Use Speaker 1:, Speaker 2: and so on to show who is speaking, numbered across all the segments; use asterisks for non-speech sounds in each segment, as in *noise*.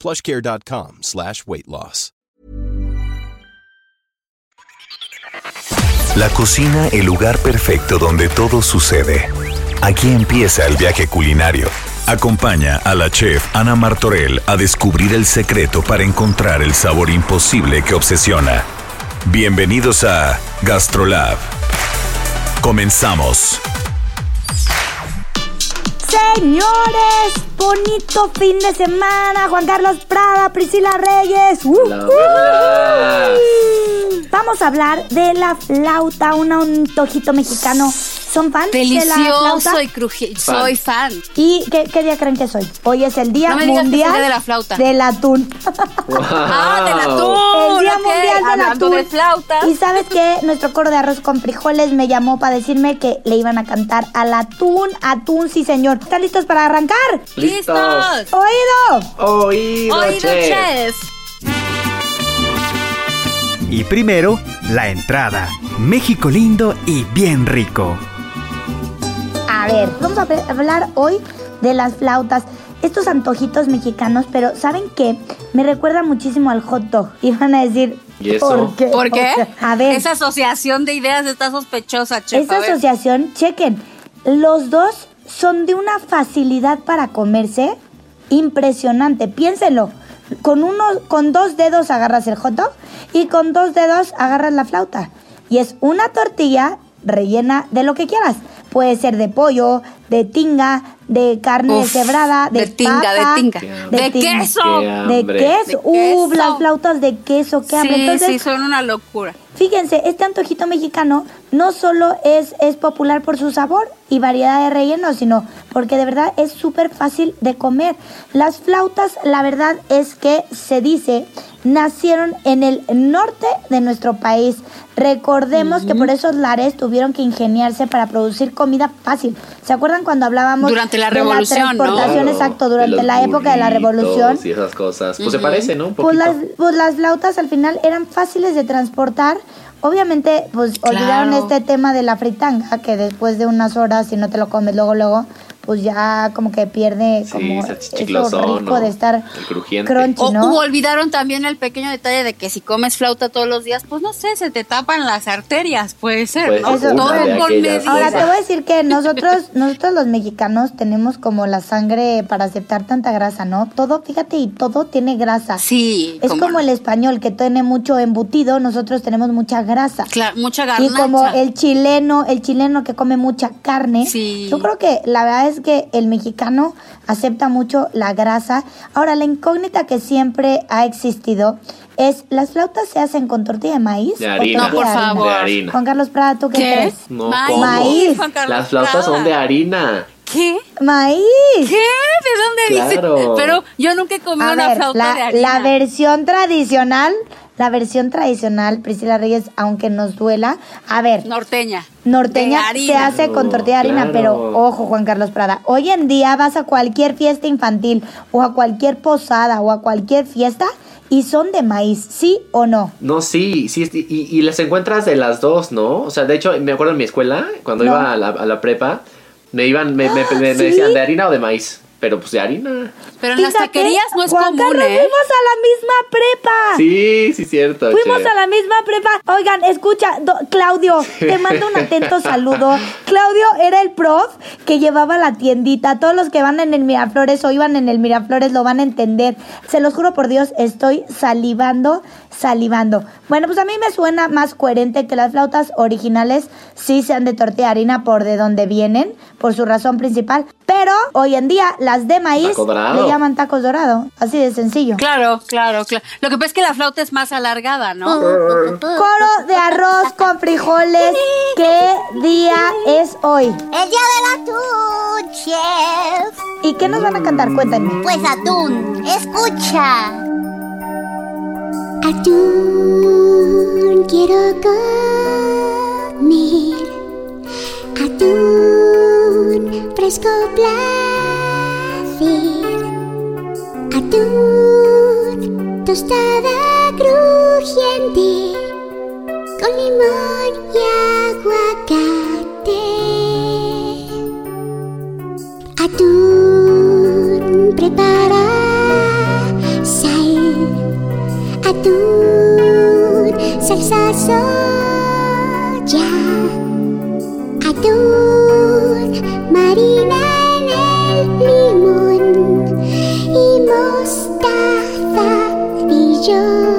Speaker 1: Plushcare.com slash weight loss.
Speaker 2: La cocina, el lugar perfecto donde todo sucede. Aquí empieza el viaje culinario. Acompaña a la chef Ana Martorell a descubrir el secreto para encontrar el sabor imposible que obsesiona. Bienvenidos a Gastrolab. Comenzamos.
Speaker 3: Señores, bonito fin de semana. Juan Carlos Prada, Priscila Reyes. ¡Uh! Vamos a hablar de la flauta, un antojito mexicano. ¿Son fan de la flauta?
Speaker 4: Delicioso y crujiente.
Speaker 5: Fan.
Speaker 4: Soy fan.
Speaker 3: ¿Y qué, qué día creen que soy? Hoy es el Día
Speaker 4: No me digas que es el
Speaker 3: Mundial
Speaker 4: día de la flauta.
Speaker 3: del Atún.
Speaker 4: Ah, de la
Speaker 3: el Día Mundial del
Speaker 4: Hablando
Speaker 3: Atún.
Speaker 4: de flauta.
Speaker 3: Y sabes que nuestro coro de arroz con frijoles me llamó para decirme que le iban a cantar al atún, atún, sí señor. ¿Están listos para arrancar?
Speaker 5: ¡Listos!
Speaker 4: ¡Listos!
Speaker 3: ¡Oído!
Speaker 5: Oído,
Speaker 4: Oído,
Speaker 5: chef.
Speaker 4: chef.
Speaker 6: Y primero, la entrada. México lindo y bien rico.
Speaker 3: A ver, vamos a pe- hablar hoy de las flautas. Estos antojitos mexicanos, pero ¿saben qué? Me recuerda muchísimo al hot dog. *laughs* Y van a decir,
Speaker 5: ¿Y eso?
Speaker 3: ¿por qué?
Speaker 4: ¿Por qué?
Speaker 3: O sea, a ver,
Speaker 4: Esa asociación de ideas está sospechosa, chef.
Speaker 3: esa
Speaker 4: a ver.
Speaker 3: asociación, chequen, los dos son de una facilidad para comerse impresionante. Piénsenlo. Con, uno, con dos dedos agarras el hot dog y con dos dedos agarras la flauta. Y es una tortilla rellena de lo que quieras. Puede ser de pollo, de tinga, de carne
Speaker 4: Uf,
Speaker 3: cebrada, de,
Speaker 4: de tinga,
Speaker 3: papa,
Speaker 4: de tinga. De
Speaker 3: tinga.
Speaker 4: queso.
Speaker 5: Qué
Speaker 3: De
Speaker 5: hambre.
Speaker 3: queso.
Speaker 4: De
Speaker 3: Uh,
Speaker 4: queso.
Speaker 3: las flautas de queso, qué hambre.
Speaker 4: Sí,
Speaker 3: Entonces,
Speaker 4: sí, son una locura.
Speaker 3: Fíjense, este antojito mexicano no solo es, es popular por su sabor y variedad de rellenos, sino porque de verdad es súper fácil de comer. Las flautas, la verdad es que se dice, nacieron en el norte de nuestro país. Recordemos que por esos lares tuvieron que ingeniarse para producir comida fácil. ¿Se acuerdan cuando hablábamos
Speaker 4: Durante la
Speaker 3: de
Speaker 4: revolución, ¿no?
Speaker 3: transportación?
Speaker 5: Claro,
Speaker 3: Exacto,
Speaker 5: de
Speaker 3: durante
Speaker 5: los
Speaker 3: la época de la
Speaker 5: burritos
Speaker 3: revolución.
Speaker 5: Y esas cosas. Pues se parece, ¿no? Un
Speaker 3: Pues
Speaker 5: poquito.
Speaker 3: las, pues las flautas al final eran fáciles de transportar. Obviamente, pues
Speaker 4: Claro.
Speaker 3: olvidaron este tema de la fritanga, que después de unas horas, si no te lo comes luego, luego, pues ya como que pierde
Speaker 5: Sí,
Speaker 3: como
Speaker 5: es el
Speaker 3: eso
Speaker 5: chiclosón,
Speaker 3: rico
Speaker 5: ¿no?
Speaker 3: de estar
Speaker 5: El crujiente.
Speaker 3: crunchy,
Speaker 4: O,
Speaker 3: ¿no?
Speaker 4: u olvidaron también el pequeño detalle de que si comes flauta todos los días, pues no sé, se te tapan las arterias, puede ser,
Speaker 5: Pues,
Speaker 4: ¿no?
Speaker 3: Eso-
Speaker 4: Todo
Speaker 3: una
Speaker 5: de
Speaker 4: por
Speaker 5: aquellas
Speaker 4: medio.
Speaker 3: Ahora
Speaker 5: cosas.
Speaker 3: te voy a decir que nosotros, *laughs* nosotros los mexicanos tenemos como la sangre para aceptar tanta grasa, ¿no? Todo, fíjate, y todo tiene grasa.
Speaker 4: sí,
Speaker 3: es
Speaker 4: cómo
Speaker 3: como
Speaker 4: no.
Speaker 3: el español que tiene mucho embutido, nosotros tenemos mucha grasa.
Speaker 4: Cla- mucha
Speaker 3: Y
Speaker 4: garnacha.
Speaker 3: como el chileno, el chileno que come mucha carne.
Speaker 4: Sí.
Speaker 3: Yo creo que la verdad es que el mexicano acepta mucho la grasa. Ahora, la incógnita que siempre ha existido es, ¿las flautas se hacen con tortilla de maíz?
Speaker 5: De
Speaker 3: o
Speaker 5: harina.
Speaker 3: tortilla
Speaker 4: No, por
Speaker 3: de harina?
Speaker 4: favor.
Speaker 5: De harina.
Speaker 3: Juan Carlos Prada, ¿tú qué,
Speaker 4: ¿Qué?
Speaker 3: crees?
Speaker 5: No,
Speaker 4: Maíz,
Speaker 5: ¿cómo?
Speaker 3: Maíz.
Speaker 4: Juan Carlos
Speaker 5: Las flautas son de
Speaker 4: Prada.
Speaker 5: harina.
Speaker 4: ¿Qué?
Speaker 3: ¡Maíz!
Speaker 4: Mm. ¿Qué? ¿De dónde dice?
Speaker 5: Claro.
Speaker 4: Pero yo nunca he comido
Speaker 3: A
Speaker 4: una
Speaker 3: ver,
Speaker 4: flauta de
Speaker 3: la,
Speaker 4: harina.
Speaker 3: la versión tradicional, la versión tradicional, Priscila Reyes, aunque nos duela, a ver,
Speaker 4: norteña.
Speaker 3: norteña
Speaker 4: De
Speaker 3: se
Speaker 4: harina.
Speaker 3: hace con
Speaker 5: No,
Speaker 3: tortilla de harina,
Speaker 5: claro.
Speaker 3: pero ojo, Juan Carlos Prada, hoy en día vas a cualquier fiesta infantil o a cualquier posada o a cualquier fiesta y son de maíz, ¿sí o no?
Speaker 5: No, sí, sí, sí, y, y las encuentras de las dos, ¿no? O sea, de hecho, me acuerdo en mi escuela, cuando
Speaker 3: No.
Speaker 5: iba a la, a la prepa, me iban, me, me- me- me
Speaker 3: ¿sí?
Speaker 5: decían de harina o de maíz, pero pues de harina.
Speaker 4: Pero en las
Speaker 3: Fíjate,
Speaker 4: taquerías no es
Speaker 3: Juan
Speaker 4: común,
Speaker 3: Carlos,
Speaker 4: ¿eh?
Speaker 3: fuimos a la misma prepa.
Speaker 5: Sí, sí, cierto.
Speaker 3: Fuimos
Speaker 5: chef.
Speaker 3: a la misma prepa. Oigan, escucha, do- Claudio, te mando un
Speaker 5: *laughs*
Speaker 3: atento saludo. Claudio era el prof que llevaba la tiendita. Todos los que van en el Miraflores o iban en el Miraflores lo van a entender. Se los juro por Dios, estoy salivando, salivando. Bueno, pues a mí me suena más coherente que las flautas originales sí sean de tortilla de harina por de donde vienen, por su razón principal. Pero hoy en día las de maíz
Speaker 5: Taco dorado.
Speaker 3: le llaman tacos dorado. Así de sencillo.
Speaker 4: Claro, claro, claro. Lo que pasa es que la flauta es más alargada, ¿no?
Speaker 3: Coro de arroz con frijoles. ¿Qué día es hoy?
Speaker 7: El día del atún, chef.
Speaker 3: ¿Y qué nos van a cantar? Cuéntenme.
Speaker 7: Pues atún, escucha. Atún quiero comer. Atún fresco placer. Atún tostada crujiente. Con limón y aguacate. Atún prepara sal, atún, salsa soya, atún, marina en el limón y mostaza Dijon.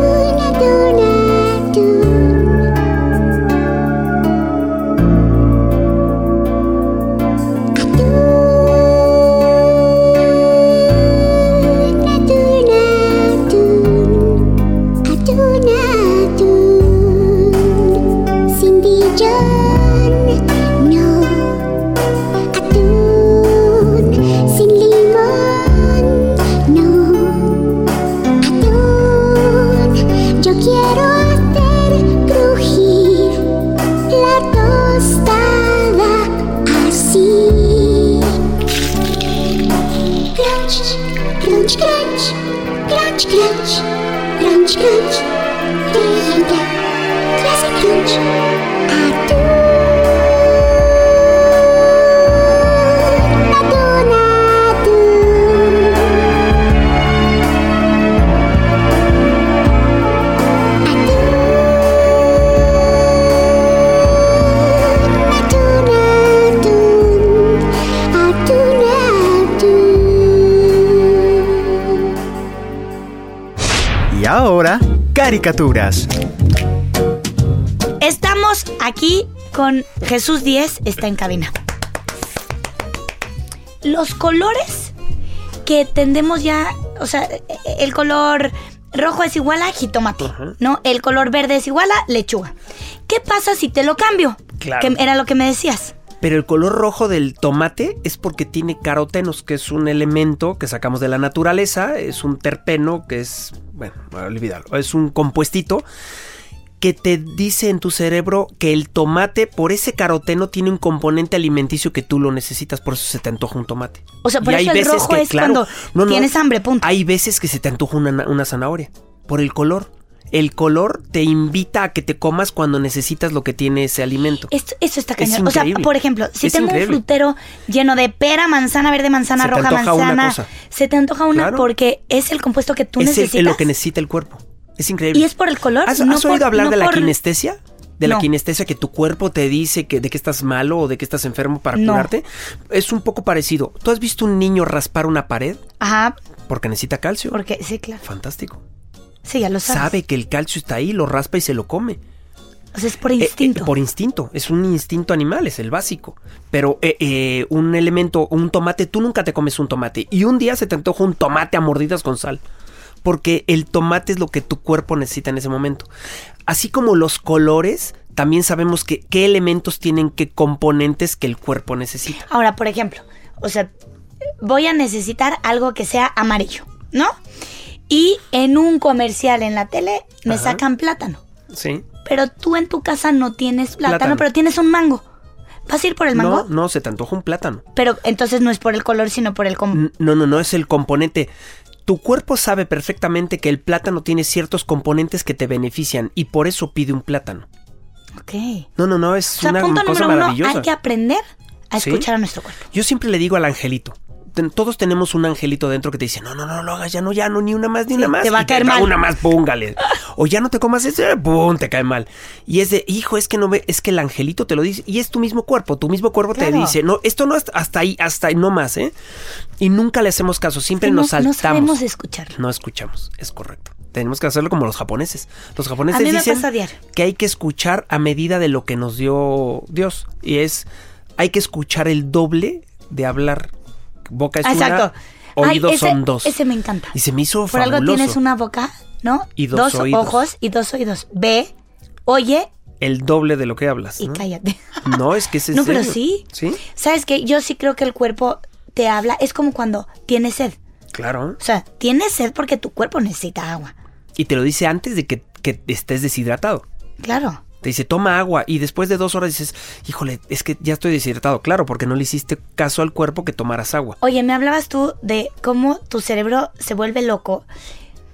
Speaker 7: Atún, atún, atún. Atún, atún, atún, atún, atún, sin billón, no, atún, sin limón, no, atún, yo quiero hacer crujir la tostada así. Crunch, crunch, crunch, crunch, crunch, crunch, crunch. Leyenda, clase crunch. Atún, atún, atún. Atún, atún, Atún, atún.
Speaker 6: Y ahora, caricaturas.
Speaker 3: Estamos aquí con Jesús 10, está en cabina. Los colores que tendemos ya, o sea, el color rojo es igual a jitomate, ¿no? El color verde es igual a lechuga. ¿Qué pasa si te lo cambio?
Speaker 8: Claro.
Speaker 3: Que era lo que me decías.
Speaker 8: Pero el color rojo del tomate es porque tiene carotenos, que es un elemento que sacamos de la naturaleza, es un terpeno que es, bueno, olvídalo, es un compuestito que te dice en tu cerebro que el tomate por ese caroteno tiene un componente alimenticio que tú lo necesitas, por eso se te antoja un tomate.
Speaker 3: O sea, por
Speaker 8: Y
Speaker 3: eso
Speaker 8: hay
Speaker 3: el
Speaker 8: veces
Speaker 3: rojo
Speaker 8: que,
Speaker 3: es
Speaker 8: claro,
Speaker 3: cuando
Speaker 8: no, no,
Speaker 3: tienes hambre, punto.
Speaker 8: Hay veces que se te antoja una, na- una zanahoria por el color. El color te invita a que te comas cuando necesitas lo que tiene ese alimento.
Speaker 3: Esto, eso está
Speaker 8: Es
Speaker 3: cañón. O sea,
Speaker 8: increíble.
Speaker 3: por ejemplo, si
Speaker 8: Es
Speaker 3: tengo
Speaker 8: increíble.
Speaker 3: un frutero lleno de pera, manzana verde, manzana
Speaker 8: Se te
Speaker 3: roja,
Speaker 8: antoja una
Speaker 3: manzana,
Speaker 8: cosa.
Speaker 3: se te antoja una
Speaker 8: Claro.
Speaker 3: porque es el compuesto que tú
Speaker 8: es el-
Speaker 3: necesitas.
Speaker 8: lo que necesita el cuerpo. Es increíble.
Speaker 3: y es por el color.
Speaker 8: ¿Has,
Speaker 3: no
Speaker 8: has
Speaker 3: por-
Speaker 8: oído hablar
Speaker 3: no
Speaker 8: de la
Speaker 3: por-
Speaker 8: kinestesia? De la
Speaker 3: No.
Speaker 8: kinestesia que tu cuerpo te dice que de que estás malo o de que estás enfermo para
Speaker 3: No.
Speaker 8: curarte. Es un poco parecido. ¿Tú has visto un niño raspar una pared
Speaker 3: Ajá,
Speaker 8: porque necesita calcio?
Speaker 3: porque sí, claro.
Speaker 8: Fantástico.
Speaker 3: Sí, ya lo sabes.
Speaker 8: Sabe que el calcio está ahí, lo raspa y se lo come.
Speaker 3: O sea, es por
Speaker 8: Eh, eh,
Speaker 3: instinto.
Speaker 8: por instinto. Es un instinto animal, es el básico. Pero eh, eh, un elemento, un tomate, tú nunca te comes un tomate. Y un día se te antoja un tomate a mordidas con sal. Porque el tomate es lo que tu cuerpo necesita en ese momento. Así como los colores, también sabemos que, qué elementos tienen qué componentes que el cuerpo necesita.
Speaker 3: Ahora, por ejemplo, o sea, voy a necesitar algo que sea amarillo, ¿no? Y en un comercial en la tele me
Speaker 8: Ajá.
Speaker 3: sacan plátano.
Speaker 8: ¿Sí?
Speaker 3: Pero tú en tu casa no tienes plátano,
Speaker 8: Plátano.
Speaker 3: pero tienes un mango. ¿Vas a ir por el mango?
Speaker 8: No, no, se te antoja un plátano.
Speaker 3: Pero entonces no es por el color, sino por el com-
Speaker 8: N- No, no, no es el componente. Tu cuerpo sabe perfectamente que el plátano tiene ciertos componentes que te benefician y por eso pide un plátano.
Speaker 3: Ok.
Speaker 8: No, no, no, es
Speaker 3: O sea,
Speaker 8: una
Speaker 3: punto
Speaker 8: cosa
Speaker 3: número uno,
Speaker 8: maravillosa.
Speaker 3: hay que aprender a
Speaker 8: Sí.
Speaker 3: escuchar a nuestro cuerpo.
Speaker 8: Yo siempre le digo al angelito. ten- Todos tenemos un angelito dentro que te dice, no, no, no, no lo hagas, ya no, ya no, ni una más, ni
Speaker 3: Sí,
Speaker 8: una más.
Speaker 3: te va
Speaker 8: y
Speaker 3: a caer
Speaker 8: da
Speaker 3: mal.
Speaker 8: Una más, póngale. O ya no te comas ese, pum, te cae mal. Y es de, hijo, es que no ve, es que el angelito te lo dice. Y es tu mismo cuerpo, tu mismo cuerpo te
Speaker 3: Claro.
Speaker 8: dice, no, esto no, hasta hasta ahí, hasta ahí, no más, ¿eh? Y nunca le hacemos caso, siempre
Speaker 3: Que no,
Speaker 8: nos
Speaker 3: no
Speaker 8: saltamos.
Speaker 3: sabemos escucharlo.
Speaker 8: No escuchamos, es correcto. Tenemos que hacerlo como los japoneses. Los japoneses
Speaker 3: A mí me
Speaker 8: dicen
Speaker 3: pasa diario.
Speaker 8: que hay que escuchar a medida de lo que nos dio Dios. Y es, hay que escuchar el doble de hablar. Boca es
Speaker 3: Exacto.
Speaker 8: una,
Speaker 3: Ay,
Speaker 8: oídos
Speaker 3: ese-
Speaker 8: son dos.
Speaker 3: ese me encanta.
Speaker 8: Y se me hizo
Speaker 3: Por
Speaker 8: fabuloso.
Speaker 3: algo tienes una boca, ¿no?
Speaker 8: Y dos oídos.
Speaker 3: ojos y dos oídos. Ve, oye,
Speaker 8: el doble de lo que hablas.
Speaker 9: Y
Speaker 8: ¿no?
Speaker 9: cállate. *laughs*
Speaker 8: No, es que ese
Speaker 9: No, pero sí.
Speaker 8: Sí,
Speaker 9: ¿Sabes qué? Yo sí creo que el cuerpo te habla. Es como cuando tienes sed.
Speaker 8: claro.
Speaker 9: O sea, tienes sed porque tu cuerpo necesita agua.
Speaker 8: Y te lo dice antes de que, que estés deshidratado.
Speaker 9: Claro.
Speaker 8: Te dice, toma agua. Y después de dos horas dices, híjole, es que ya estoy deshidratado. Claro, porque no le hiciste caso al cuerpo que tomaras agua.
Speaker 9: Oye, me hablabas tú de cómo tu cerebro se vuelve loco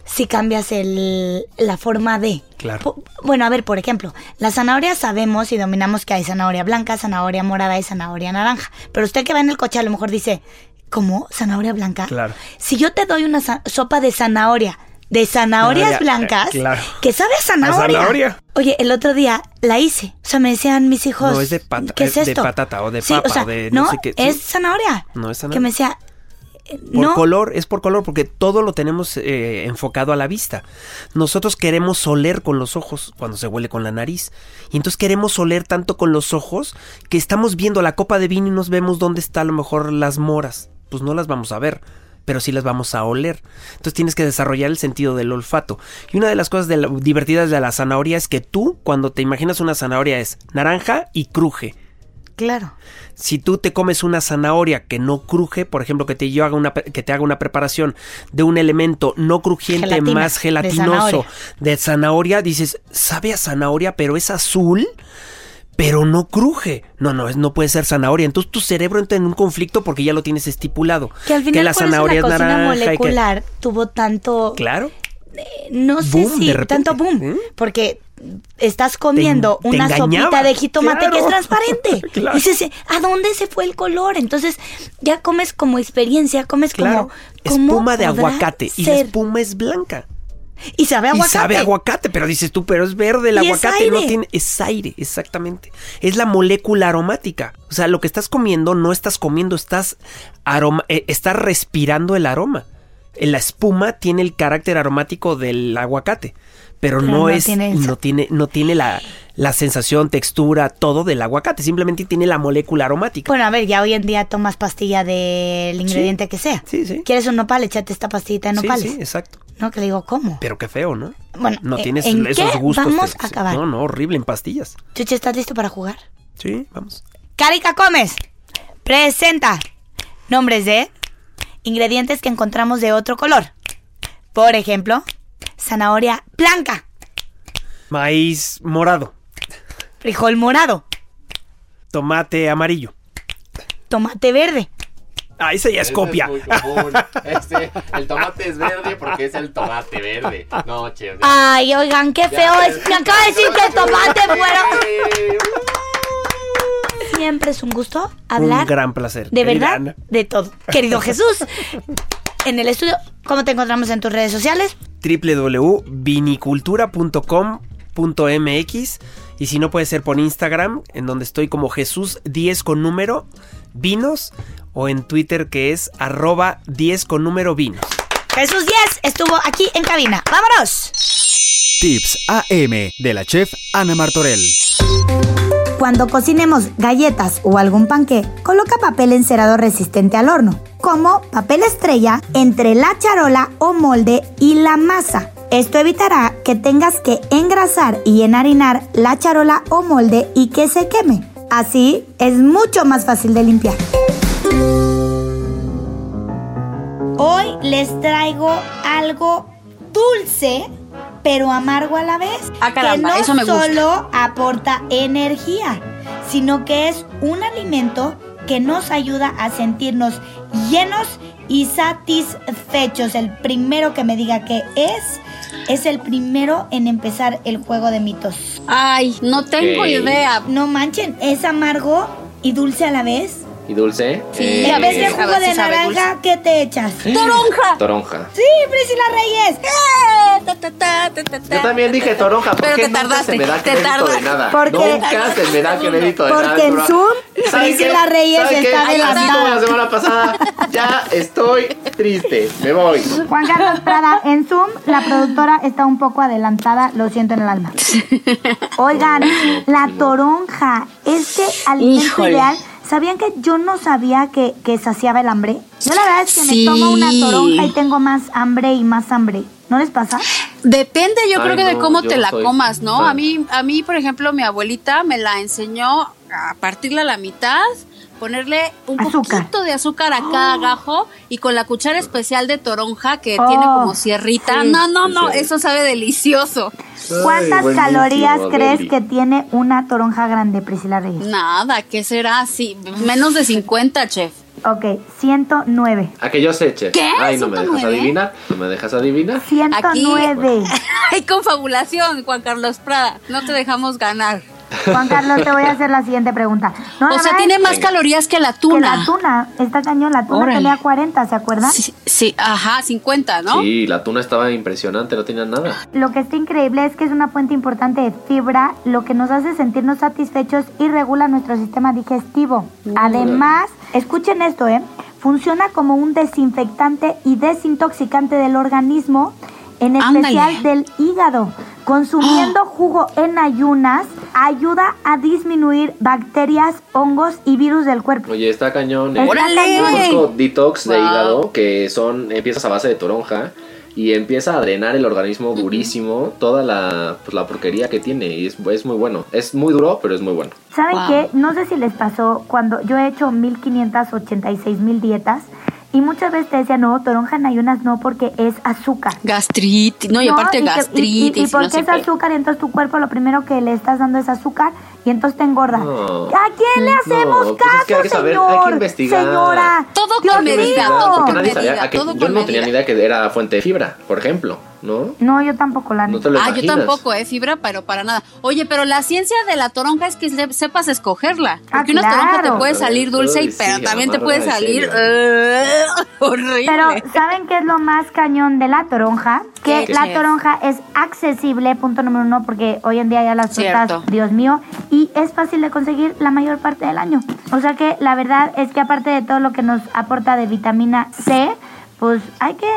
Speaker 9: si cambias el, la forma de.
Speaker 8: Claro.
Speaker 9: Po- bueno, a ver, por ejemplo, las zanahorias sabemos y dominamos que hay zanahoria blanca, zanahoria morada y zanahoria naranja. Pero usted que va en el coche a lo mejor dice, ¿cómo? ¿Zanahoria blanca?
Speaker 8: Claro.
Speaker 9: Si yo te doy una za- sopa de zanahoria, de zanahorias
Speaker 8: Zanahoria,
Speaker 9: blancas,
Speaker 8: eh, claro.
Speaker 9: que sabe a zanahoria.
Speaker 8: A zanahoria.
Speaker 9: Oye, el otro día la hice. O sea, me decían mis hijos.
Speaker 8: No, es de pata-
Speaker 9: ¿Qué
Speaker 8: eh,
Speaker 9: es
Speaker 8: de
Speaker 9: esto?
Speaker 8: patata o de
Speaker 9: Sí,
Speaker 8: papa o
Speaker 9: sea,
Speaker 8: de no
Speaker 9: no,
Speaker 8: sé qué, sí.
Speaker 9: Es zanahoria.
Speaker 8: No, es
Speaker 9: Que
Speaker 8: zanahoria.
Speaker 9: me decía, eh,
Speaker 8: Por
Speaker 9: no,
Speaker 8: color, es por color, porque todo lo tenemos eh, enfocado a la vista. Nosotros queremos oler con los ojos cuando se huele con la nariz. Y entonces queremos oler tanto con los ojos que estamos viendo la copa de vino y nos vemos dónde está a lo mejor las moras. Pues no las vamos a ver, pero sí las vamos a oler. Entonces tienes que desarrollar el sentido del olfato. Y una de las cosas de la- divertidas de la zanahoria es que tú, cuando te imaginas una zanahoria, es naranja y cruje.
Speaker 9: claro.
Speaker 8: Si tú te comes una zanahoria que no cruje, por ejemplo, que te, yo haga una, pre- que te haga una preparación de un elemento no crujiente
Speaker 9: Gelatina,
Speaker 8: más
Speaker 9: de
Speaker 8: gelatinoso
Speaker 9: zanahoria.
Speaker 8: de zanahoria. dices, sabe a zanahoria, pero es azul, pero no cruje. No, no, es- no puede ser zanahoria. Entonces tu cerebro entra en un conflicto porque ya lo tienes estipulado.
Speaker 9: Que al final
Speaker 8: la
Speaker 9: por eso
Speaker 8: zanahoria
Speaker 9: la
Speaker 8: es
Speaker 9: cocina
Speaker 8: naranja y que-
Speaker 9: molecular tuvo tanto,
Speaker 8: Claro.
Speaker 9: eh, no sé
Speaker 8: Boom, de
Speaker 9: si
Speaker 8: repente.
Speaker 9: tanto boom,
Speaker 8: ¿Mm?
Speaker 9: porque estás comiendo
Speaker 8: te
Speaker 9: una
Speaker 8: engañaba,
Speaker 9: sopita de jitomate que es
Speaker 8: claro.
Speaker 9: transparente.
Speaker 8: *laughs* Claro.
Speaker 9: Y dices, ¿a dónde se fue el color? Entonces ya comes como experiencia, comes como...
Speaker 8: Claro,
Speaker 9: ¿cómo
Speaker 8: espuma de
Speaker 9: podrá
Speaker 8: aguacate y la
Speaker 9: ser?
Speaker 8: espuma es blanca.
Speaker 9: Y sabe a aguacate.
Speaker 8: Y sabe a aguacate, pero dices tú, pero es verde el
Speaker 9: Y es
Speaker 8: aguacate, no
Speaker 9: aire.
Speaker 8: tiene es aire, exactamente. Es la molécula aromática. O sea, lo que estás comiendo no estás comiendo, estás aroma eh, estás respirando el aroma. Eh, La espuma tiene el carácter aromático del aguacate, pero,
Speaker 9: Pero
Speaker 8: no,
Speaker 9: no
Speaker 8: es
Speaker 9: tiene el
Speaker 8: no
Speaker 9: sa-
Speaker 8: tiene no tiene la la sensación, textura, todo del aguacate, simplemente tiene la molécula aromática.
Speaker 9: Bueno, a ver, ya hoy en día tomas pastilla del ingrediente que sea.
Speaker 8: Sí, sí.
Speaker 9: ¿Quieres un nopal? Échate esta pastillita de
Speaker 8: Sí,
Speaker 9: nopales.
Speaker 8: sí, exacto.
Speaker 9: No, que le digo, ¿cómo?
Speaker 8: Pero qué feo, ¿no?
Speaker 9: Bueno,
Speaker 8: no
Speaker 9: ¿en-
Speaker 8: tienes
Speaker 9: en
Speaker 8: esos
Speaker 9: qué
Speaker 8: gustos.
Speaker 9: vamos
Speaker 8: te-
Speaker 9: a acabar?
Speaker 8: No, no, horrible en pastillas.
Speaker 9: Chuchi, ¿estás listo para jugar?
Speaker 8: Sí, vamos.
Speaker 9: Carica Comes presenta nombres de ingredientes que encontramos de otro color. Por ejemplo, zanahoria blanca,
Speaker 8: Maíz morado.
Speaker 9: frijol morado,
Speaker 8: tomate amarillo.
Speaker 9: tomate verde,
Speaker 8: Ah, esa ya es copia. *laughs*
Speaker 5: muy común. Este, el tomate es verde porque es el tomate verde. No, che.
Speaker 3: Ah,
Speaker 9: Ay, oigan, qué feo es. Me acaba de decir que el tomate fuera. Siempre es un gusto hablar.
Speaker 8: Un gran placer.
Speaker 9: De
Speaker 8: querida
Speaker 9: verdad,
Speaker 8: Ana.
Speaker 9: de todo. Querido Jesús, en el estudio, ¿cómo te encontramos en tus redes sociales?
Speaker 8: www.vinicultura.com.mx y si no puede ser por Instagram, en donde estoy como Jesús 10 con número vinos o en Twitter que es arroba 10 con número vinos.
Speaker 9: Jesús 10 estuvo aquí en cabina. ¡Vámonos!
Speaker 6: Tips AM de la chef Ana Martorell.
Speaker 3: Cuando cocinemos galletas o algún panqué, coloca papel encerado resistente al horno, como papel estrella entre la charola o molde y la masa. Esto evitará que tengas que engrasar y enharinar la charola o molde y que se queme. Así es mucho más fácil de limpiar. Hoy les traigo algo dulce, pero amargo a la vez.
Speaker 4: Ah, caramba,
Speaker 3: que no
Speaker 4: eso me gusta.
Speaker 3: solo aporta energía, sino que es un alimento que nos ayuda a sentirnos llenos y satisfechos. El primero que me diga qué es, es el primero en empezar el juego de mitos.
Speaker 4: Ay, no tengo
Speaker 5: Ey.
Speaker 4: idea.
Speaker 3: No manchen, es amargo y dulce a la vez.
Speaker 5: ¿Y dulce?
Speaker 4: Sí,
Speaker 3: Y a
Speaker 4: a
Speaker 5: Eh,
Speaker 3: veces
Speaker 4: ver,
Speaker 3: jugo
Speaker 4: a ver
Speaker 3: de
Speaker 4: si sabe
Speaker 3: naranja, ¿qué te echas?
Speaker 4: ¡Toronja!
Speaker 5: Toronja.
Speaker 3: Sí, Priscila Reyes.
Speaker 4: Eh, ta, ta, ta, ta, ta,
Speaker 5: Yo
Speaker 4: ta.
Speaker 5: también dije toronja, porque
Speaker 4: Pero te
Speaker 5: nunca
Speaker 4: tardaste,
Speaker 5: se me da
Speaker 4: te
Speaker 5: crédito de
Speaker 4: tardaste.
Speaker 5: nada.
Speaker 3: Porque-
Speaker 5: nunca se me da crédito de nada.
Speaker 3: Porque en
Speaker 5: programa.
Speaker 3: Zoom,
Speaker 5: ¿Saben qué?
Speaker 3: Priscila Reyes
Speaker 5: ¿Saben qué?
Speaker 3: está
Speaker 5: Así
Speaker 3: adelantada.
Speaker 5: como la semana pasada, ya estoy triste. Me voy.
Speaker 3: Juan Carlos Prada, en Zoom, la productora está un poco adelantada, lo siento en el
Speaker 4: *laughs*
Speaker 3: alma. Oigan, la toronja, este alimento
Speaker 4: Híjole.
Speaker 3: ideal. ¿Sabían que yo no sabía que, que saciaba el hambre? Yo la verdad es que
Speaker 4: Sí.
Speaker 3: me tomo una toronja y tengo más hambre y más hambre. ¿No les pasa?
Speaker 4: Depende, yo
Speaker 5: Ay,
Speaker 4: creo que de
Speaker 5: no,
Speaker 4: cómo
Speaker 5: yo
Speaker 4: te la
Speaker 5: soy
Speaker 4: comas, ¿no?
Speaker 5: fan.
Speaker 4: A mí, a mí, por ejemplo, mi abuelita me la enseñó a partirla a la mitad, ponerle un
Speaker 3: Azúcar.
Speaker 4: poquito de azúcar a cada
Speaker 3: *gasps*
Speaker 4: gajo y con la cuchara especial de toronja que tiene
Speaker 3: Oh,
Speaker 4: como sierrita.
Speaker 3: sí.
Speaker 4: No, no, no,
Speaker 5: Sí.
Speaker 4: eso sabe delicioso.
Speaker 3: ¿Cuántas
Speaker 5: buenísimo,
Speaker 3: calorías
Speaker 5: Adeli.
Speaker 3: crees que tiene una toronja grande, Priscila Reyes?
Speaker 4: Nada, ¿qué será? Sí, menos de 50, chef. *laughs*
Speaker 3: Ok, 109.
Speaker 5: A que yo sé, chef.
Speaker 4: ¿Qué?
Speaker 5: Ay, no me dejas
Speaker 4: 109.
Speaker 5: adivinar. No me dejas adivinar.
Speaker 3: 109.
Speaker 4: Hay confabulación, Juan Carlos Prada. No te dejamos ganar.
Speaker 3: Juan Carlos, te voy a hacer la siguiente pregunta. No,
Speaker 4: O
Speaker 3: la
Speaker 4: sea,
Speaker 3: verdad
Speaker 4: tiene
Speaker 3: es
Speaker 4: más
Speaker 5: Venga.
Speaker 4: calorías que la
Speaker 3: que la
Speaker 4: tuna.
Speaker 3: tuna, esta cañón, la tuna
Speaker 4: Órale.
Speaker 3: tenía 40, ¿se acuerdan?
Speaker 4: Sí, sí, ajá, 50, ¿no?
Speaker 5: Sí, la tuna estaba impresionante, no tenía nada.
Speaker 3: Lo que está increíble es que es una fuente importante de fibra, lo que nos hace sentirnos satisfechos y regula nuestro sistema digestivo. Además, escuchen esto, ¿eh? Funciona como un desinfectante y desintoxicante del organismo, en
Speaker 4: Ándale.
Speaker 3: especial del hígado.
Speaker 4: *gasps*
Speaker 3: Consumiendo jugo en ayunas ayuda a disminuir bacterias, hongos y virus del cuerpo.
Speaker 5: Oye, está cañón. eh.
Speaker 3: Órale.
Speaker 5: Yo conozco detox de
Speaker 4: Wow.
Speaker 5: hígado que son empiezas a base de toronja y empieza a drenar el organismo durísimo toda la, pues, la porquería que tiene y es, es muy bueno. Es muy duro, pero es muy bueno.
Speaker 3: ¿Saben
Speaker 4: Wow.
Speaker 3: qué? No sé si les pasó cuando yo he hecho 1586 mil dietas y muchas veces te decían, no, toronja en ayunas no porque es azúcar.
Speaker 4: Gastritis, no, y aparte
Speaker 3: que- y-
Speaker 4: gastritis.
Speaker 3: Y, y,
Speaker 4: y no
Speaker 3: porque
Speaker 4: sé
Speaker 3: es
Speaker 4: qué.
Speaker 3: azúcar, y entonces tu cuerpo lo primero que le estás dando es azúcar y entonces te engorda.
Speaker 5: No.
Speaker 3: ¿A quién le hacemos
Speaker 5: No, pues
Speaker 3: caso,
Speaker 5: es que hay que saber,
Speaker 3: señor?
Speaker 5: hay que investigar.
Speaker 3: Señora.
Speaker 4: Todo
Speaker 3: Dios
Speaker 4: con medida,
Speaker 3: mío.
Speaker 4: todo
Speaker 5: Porque
Speaker 4: con
Speaker 5: nadie sabía-
Speaker 4: medida,
Speaker 5: a que-
Speaker 4: todo
Speaker 5: yo
Speaker 4: con
Speaker 5: no tenía
Speaker 4: medida.
Speaker 5: ni idea que era fuente de fibra, por ejemplo, ¿no?
Speaker 3: No, yo tampoco, la
Speaker 5: No
Speaker 3: neta.
Speaker 5: te lo
Speaker 4: Ah, yo
Speaker 5: imaginas.
Speaker 4: tampoco, eh, fibra, pero para nada. Oye, pero la ciencia de la toronja es que se- sepas escogerla.
Speaker 3: Ah,
Speaker 4: Porque una toronja te
Speaker 3: claro.
Speaker 4: puede salir dulce,
Speaker 5: Ay,
Speaker 4: y pero
Speaker 5: sí,
Speaker 4: también te
Speaker 5: amarga
Speaker 4: puede
Speaker 5: de
Speaker 4: salir
Speaker 5: serio.
Speaker 4: eh, *laughs* horrible.
Speaker 3: Pero ¿saben qué es lo más cañón de la toronja? Que
Speaker 4: ¿Qué?
Speaker 3: la
Speaker 4: ¿Qué?
Speaker 3: toronja es accesible, punto número uno, porque hoy en día ya las frutas,
Speaker 4: Cierto.
Speaker 3: Dios mío, y es fácil de conseguir la mayor parte del año. O sea que la verdad es que aparte de todo lo que nos aporta de vitamina C, pues hay que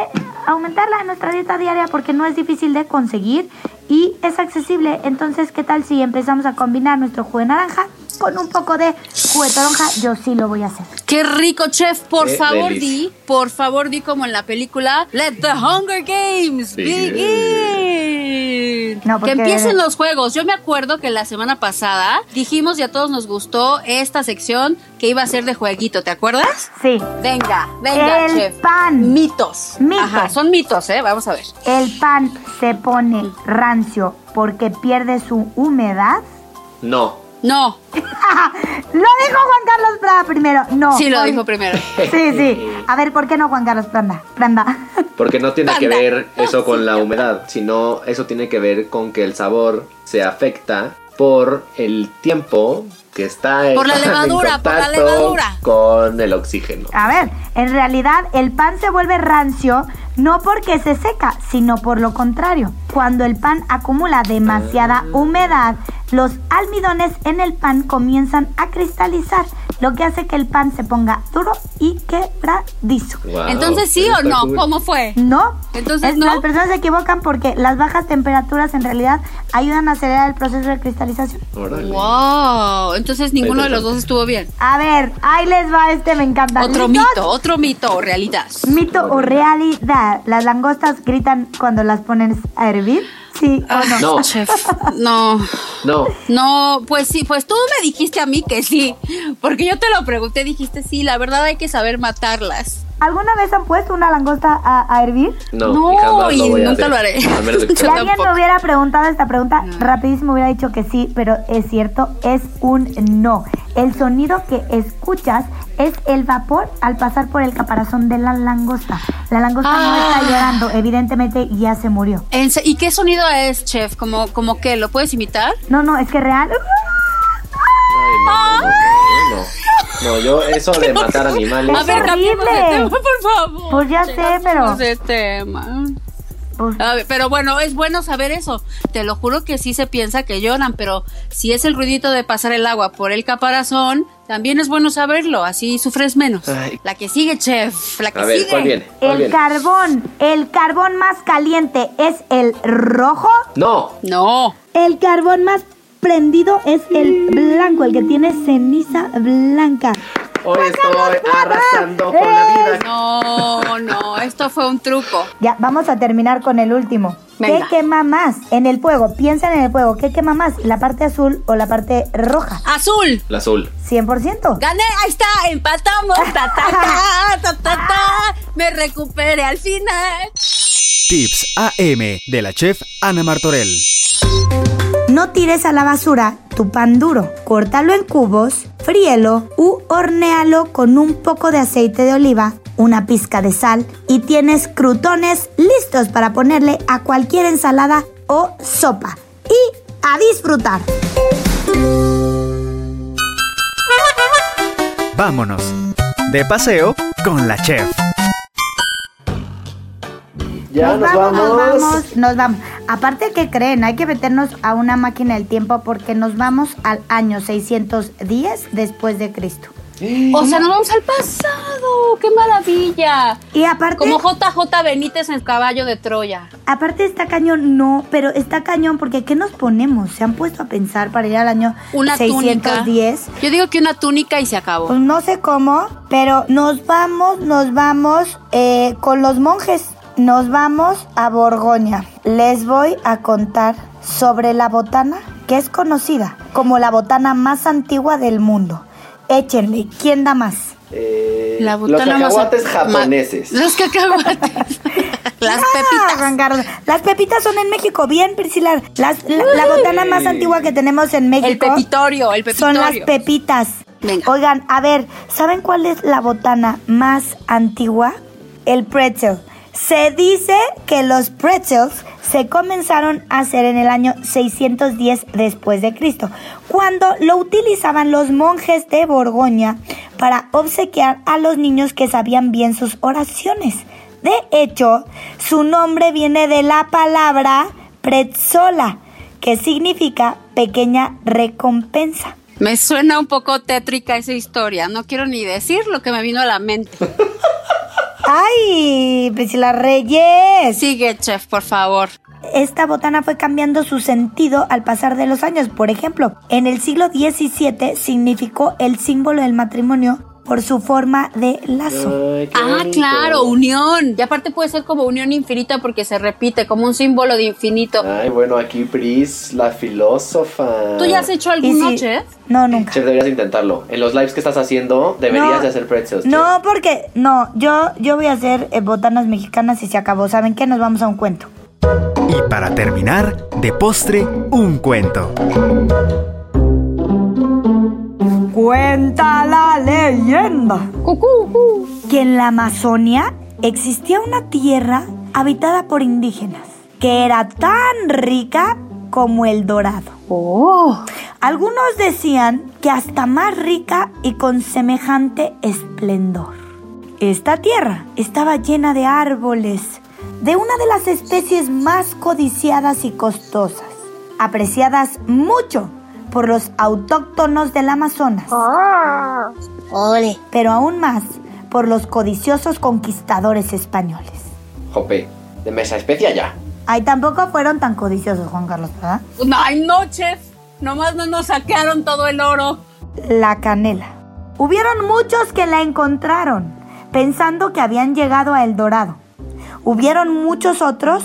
Speaker 3: aumentarla en nuestra dieta diaria porque no es difícil de conseguir y es accesible. Entonces, ¿qué tal si empezamos a combinar nuestro jugo de naranja con un poco de jugo de toronja? Yo sí lo voy a hacer.
Speaker 4: Qué rico, chef. Por
Speaker 5: Qué
Speaker 4: favor,
Speaker 5: delicia.
Speaker 4: di, por favor, di como en la película Let the Hunger Games
Speaker 5: Begin.
Speaker 4: begin.
Speaker 3: No,
Speaker 4: que
Speaker 3: porque-
Speaker 4: empiecen los juegos. Yo me acuerdo que la semana pasada dijimos y a todos nos gustó esta sección que iba a ser de jueguito. ¿Te acuerdas?
Speaker 3: Sí.
Speaker 4: Venga, venga,
Speaker 3: El
Speaker 4: chef.
Speaker 3: pan.
Speaker 4: Mitos.
Speaker 3: Mitos.
Speaker 4: Ajá, son mitos, ¿eh? Vamos a ver.
Speaker 3: El pan se pone rancio porque pierde su humedad.
Speaker 5: No.
Speaker 4: No,
Speaker 3: Lo dijo Juan Carlos Prada primero. No.
Speaker 4: sí lo
Speaker 3: por-
Speaker 4: dijo primero.
Speaker 3: Sí, sí. A ver, ¿por qué no Juan Carlos Pranda? Pranda.
Speaker 5: Porque no tiene que
Speaker 4: Panda.
Speaker 5: ver eso con la humedad, sino eso tiene que ver con que el sabor se afecta por el tiempo que está el
Speaker 4: Por la
Speaker 5: pan *laughs* en
Speaker 4: levadura, por la
Speaker 5: contacto
Speaker 4: levadura.
Speaker 5: con el oxígeno.
Speaker 3: *laughs* A ver, en realidad el pan se vuelve rancio no porque se seca, sino por lo contrario. Cuando el pan acumula demasiada humedad, los almidones en el pan comienzan a cristalizar, lo que hace que el pan se ponga duro y quebradizo.
Speaker 5: Guau,
Speaker 4: Entonces, ¿sí
Speaker 5: pero
Speaker 4: o
Speaker 5: está
Speaker 4: no?
Speaker 5: cool.
Speaker 4: ¿Cómo fue?
Speaker 3: No.
Speaker 4: Entonces,
Speaker 3: Es-
Speaker 4: ¿no?
Speaker 3: Las personas se equivocan porque las bajas temperaturas en realidad ayudan a acelerar el proceso de cristalización.
Speaker 5: Órale.
Speaker 4: Wow. Entonces, ninguno de los dos estuvo bien.
Speaker 3: A ver, ahí les va este, me encanta.
Speaker 4: Otro
Speaker 3: ¿Listos?
Speaker 4: mito, otro mito o realidad.
Speaker 3: Mito o realidad. ¿Las langostas gritan cuando las pones a hervir? Sí
Speaker 4: Ah.
Speaker 3: o Ah, no.
Speaker 5: No,
Speaker 4: Chef, *laughs* no,
Speaker 5: no.
Speaker 4: no, pues sí, pues tú me dijiste a mí que sí, porque yo te lo pregunté, dijiste sí, la verdad hay que saber matarlas.
Speaker 3: ¿Alguna vez han pusto una langosta a, a hervir?
Speaker 5: No,
Speaker 4: No,
Speaker 5: jamás
Speaker 4: y
Speaker 5: voy a
Speaker 4: nunca
Speaker 5: hacer.
Speaker 4: lo haré.
Speaker 5: A
Speaker 4: *laughs*
Speaker 5: menos de que
Speaker 3: Si
Speaker 4: Yo
Speaker 5: sea-
Speaker 3: alguien me
Speaker 4: tampoco.
Speaker 3: hubiera preguntado esta pregunta, rapidísimo hubiera dicho que sí, pero es cierto, es un no. El sonido que escuchas es el vapor al pasar por el caparazón de la langosta. La langosta no está llorando, evidentemente ya se murió.
Speaker 4: En se- ¿Y qué sonido es, chef? ¿Como, como que lo puedes imitar?
Speaker 3: No, no, es que real.
Speaker 4: Ah.
Speaker 5: Ay, no, no, no, no. No, yo eso de matar animales.
Speaker 4: A ver,
Speaker 5: no.
Speaker 4: cambiemos de
Speaker 3: horrible.
Speaker 4: tema, *laughs* por favor.
Speaker 3: Pues ya sé,
Speaker 4: Cambiemos
Speaker 3: pero-
Speaker 4: de tema.
Speaker 3: Pues,
Speaker 4: A ver, pero bueno, es bueno saber eso. Te lo juro que sí se piensa que lloran, pero si es el ruidito de pasar el agua por el caparazón, también es bueno saberlo, así sufres menos.
Speaker 5: Ay.
Speaker 4: La que sigue, chef, la que
Speaker 5: A ver,
Speaker 4: sigue.
Speaker 5: ¿cuál viene? ¿Cuál
Speaker 3: el
Speaker 5: viene?
Speaker 3: carbón, el carbón más caliente es el rojo.
Speaker 5: No,
Speaker 4: No.
Speaker 3: El carbón más prendido es el blanco, el que tiene ceniza blanca.
Speaker 5: hoy estoy arrasando con la vida.
Speaker 4: No, no, esto fue un truco.
Speaker 3: Ya, vamos a terminar con el último.
Speaker 4: Venga.
Speaker 3: ¿Qué quema más en el fuego? Piensa en el fuego. ¿Qué quema más? ¿La parte azul o la parte roja?
Speaker 4: Azul.
Speaker 5: La azul.
Speaker 3: 100%.
Speaker 4: Gané, ahí está, empatamos. Ta, ta, ta, ta, ta, ta. Me recuperé al final.
Speaker 6: Tips AM de la chef Ana Martorell.
Speaker 3: No tires a la basura tu pan duro. Córtalo en cubos, fríelo u hornealo con un poco de aceite de oliva, una pizca de sal y tienes crutones listos para ponerle a cualquier ensalada o sopa. Y a disfrutar.
Speaker 6: Vámonos. De paseo con la chef.
Speaker 5: Ya nos, vamos.
Speaker 3: Nos vamos, nos vamos. Aparte, ¿qué creen? Hay que meternos a una máquina del tiempo porque nos vamos al año 610 después de Cristo.
Speaker 4: O sea, nos vamos al pasado. ¡Qué maravilla!
Speaker 3: Y aparte,
Speaker 4: Como JJ Benítez en Caballo de Troya.
Speaker 3: aparte está cañón, no, pero está cañón porque ¿qué nos ponemos? ¿Se han puesto a pensar para ir al año
Speaker 4: Una
Speaker 3: 610?
Speaker 4: túnica. Yo digo que una túnica y se acabó.
Speaker 3: Pues no sé cómo, pero nos vamos, nos vamos eh, con los monjes. Nos vamos a Borgoña. Les voy a contar sobre la botana que es conocida como la botana más antigua del mundo. Échenle, ¿quién da más?
Speaker 5: Eh,
Speaker 4: La
Speaker 5: los
Speaker 4: botana más-
Speaker 5: cacahuates
Speaker 4: ma-
Speaker 5: japoneses.
Speaker 4: Los
Speaker 3: *laughs*
Speaker 4: cacahuates. Las
Speaker 3: Ah,
Speaker 4: pepitas.
Speaker 3: Juan Carlos. Las pepitas son en México, bien, Priscila. Las- la, la botana más antigua que tenemos en
Speaker 4: El
Speaker 3: México.
Speaker 4: pepitorio, el
Speaker 3: Son las
Speaker 4: pepitorio.
Speaker 3: pepitas.
Speaker 4: Venga.
Speaker 3: Oigan, a ver, ¿saben cuál es la botana más antigua? El pretzel. Se dice que los pretzels se comenzaron a hacer en el año 610 después de Cristo, cuando lo utilizaban los monjes de Borgoña para obsequiar a los niños que sabían bien sus oraciones. De hecho, su nombre viene de la palabra pretzola, que significa pequeña recompensa.
Speaker 4: Me suena un poco tétrica esa historia. No quiero ni decir lo que me vino a la mente.
Speaker 3: ¡Ay! Priscila Reyes.
Speaker 4: Sigue, chef, por favor.
Speaker 3: Esta botana fue cambiando su sentido al pasar de los años. Por ejemplo, en el siglo XVII significó el símbolo del matrimonio por su forma de lazo.
Speaker 5: Ay, qué
Speaker 4: Ah,
Speaker 5: bonito.
Speaker 4: claro, unión. Y aparte puede ser como unión infinita porque se repite, como un símbolo de infinito.
Speaker 3: Ah.
Speaker 5: Ay, bueno, aquí Pris, la filósofa.
Speaker 4: ¿Tú ya has hecho
Speaker 3: Y
Speaker 4: alguno,
Speaker 3: sí-
Speaker 4: chef?
Speaker 3: No, nunca.
Speaker 5: Chef, deberías intentarlo. En los lives que estás haciendo, deberías
Speaker 3: No.
Speaker 5: de hacer pretzels. chef.
Speaker 3: No, porque no, yo, yo voy a hacer eh, botanas mexicanas y se acabó. ¿Saben qué? Nos vamos a un cuento.
Speaker 6: Y para terminar, de postre, un cuento.
Speaker 3: Cuenta la leyenda
Speaker 4: Cucú.
Speaker 3: que en la Amazonia existía una tierra habitada por indígenas que era tan rica como el dorado.
Speaker 4: Oh.
Speaker 3: Algunos decían que hasta más rica y con semejante esplendor. Esta tierra estaba llena de árboles, de una de las especies más codiciadas y costosas, apreciadas mucho por los autóctonos del Amazonas
Speaker 7: Ah.
Speaker 3: pero aún más por los codiciosos conquistadores españoles.
Speaker 5: Jope, de mesa especia ya.
Speaker 3: Ay, tampoco fueron tan codiciosos, Juan Carlos, ¿verdad?
Speaker 4: Ay, no, chef. Nomás no nos saquearon todo el oro.
Speaker 3: La canela. Hubieron muchos que la encontraron, pensando que habían llegado a El Dorado. Hubieron muchos otros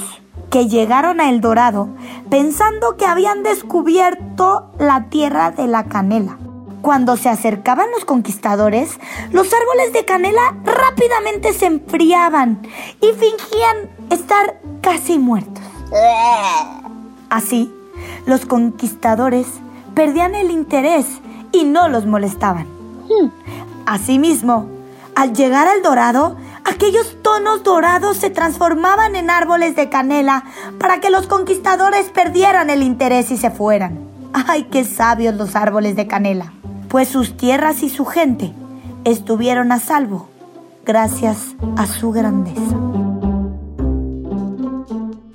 Speaker 3: que llegaron a El Dorado, pensando que habían descubierto la tierra de la canela. Cuando se acercaban los conquistadores, los árboles de canela rápidamente se enfriaban y fingían estar casi muertos. Así, los conquistadores perdían el interés y no los molestaban. Asimismo, al llegar al dorado, aquellos tonos dorados se transformaban en árboles de canela para que los conquistadores perdieran el interés y se fueran. ¡Ay, qué sabios los árboles de canela! Pues sus tierras y su gente estuvieron a salvo gracias a su grandeza.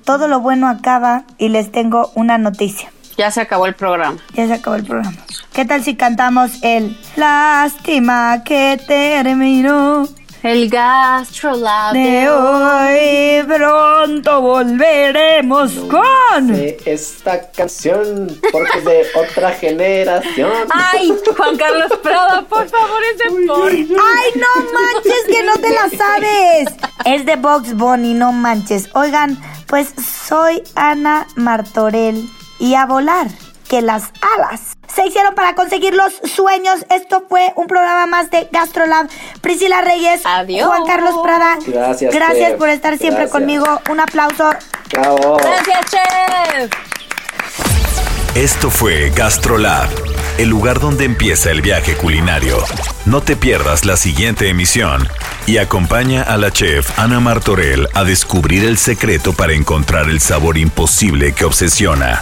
Speaker 3: Todo lo bueno acaba y les tengo una noticia.
Speaker 4: Ya se acabó el programa.
Speaker 3: Ya se acabó el programa. ¿Qué tal si cantamos el Lástima que terminó?
Speaker 4: El
Speaker 9: De
Speaker 4: gastrolabio.
Speaker 9: hoy pronto volveremos
Speaker 3: Ah,
Speaker 9: con.
Speaker 5: De esta canción, porque es de otra generación.
Speaker 4: Ay, Juan Carlos Prada, por favor, ese por.
Speaker 3: ¡Ay, no manches, que no te la sabes! Es de Box Bunny, no manches. Oigan, pues soy Ana Martorell y a volar, que las alas se hicieron para conseguir los sueños. Esto fue un programa más de GastroLab. Priscila Reyes,
Speaker 4: Adiós.
Speaker 3: Juan Carlos Prada.
Speaker 5: Gracias,
Speaker 3: Gracias
Speaker 5: Steph.
Speaker 3: por estar siempre
Speaker 5: Gracias.
Speaker 3: conmigo. Un aplauso.
Speaker 5: Bravo.
Speaker 4: Gracias, chef.
Speaker 2: Esto fue GastroLab, el lugar donde empieza el viaje culinario. No te pierdas la siguiente emisión y acompaña a la chef Ana Martorell a descubrir el secreto para encontrar el sabor imposible que obsesiona.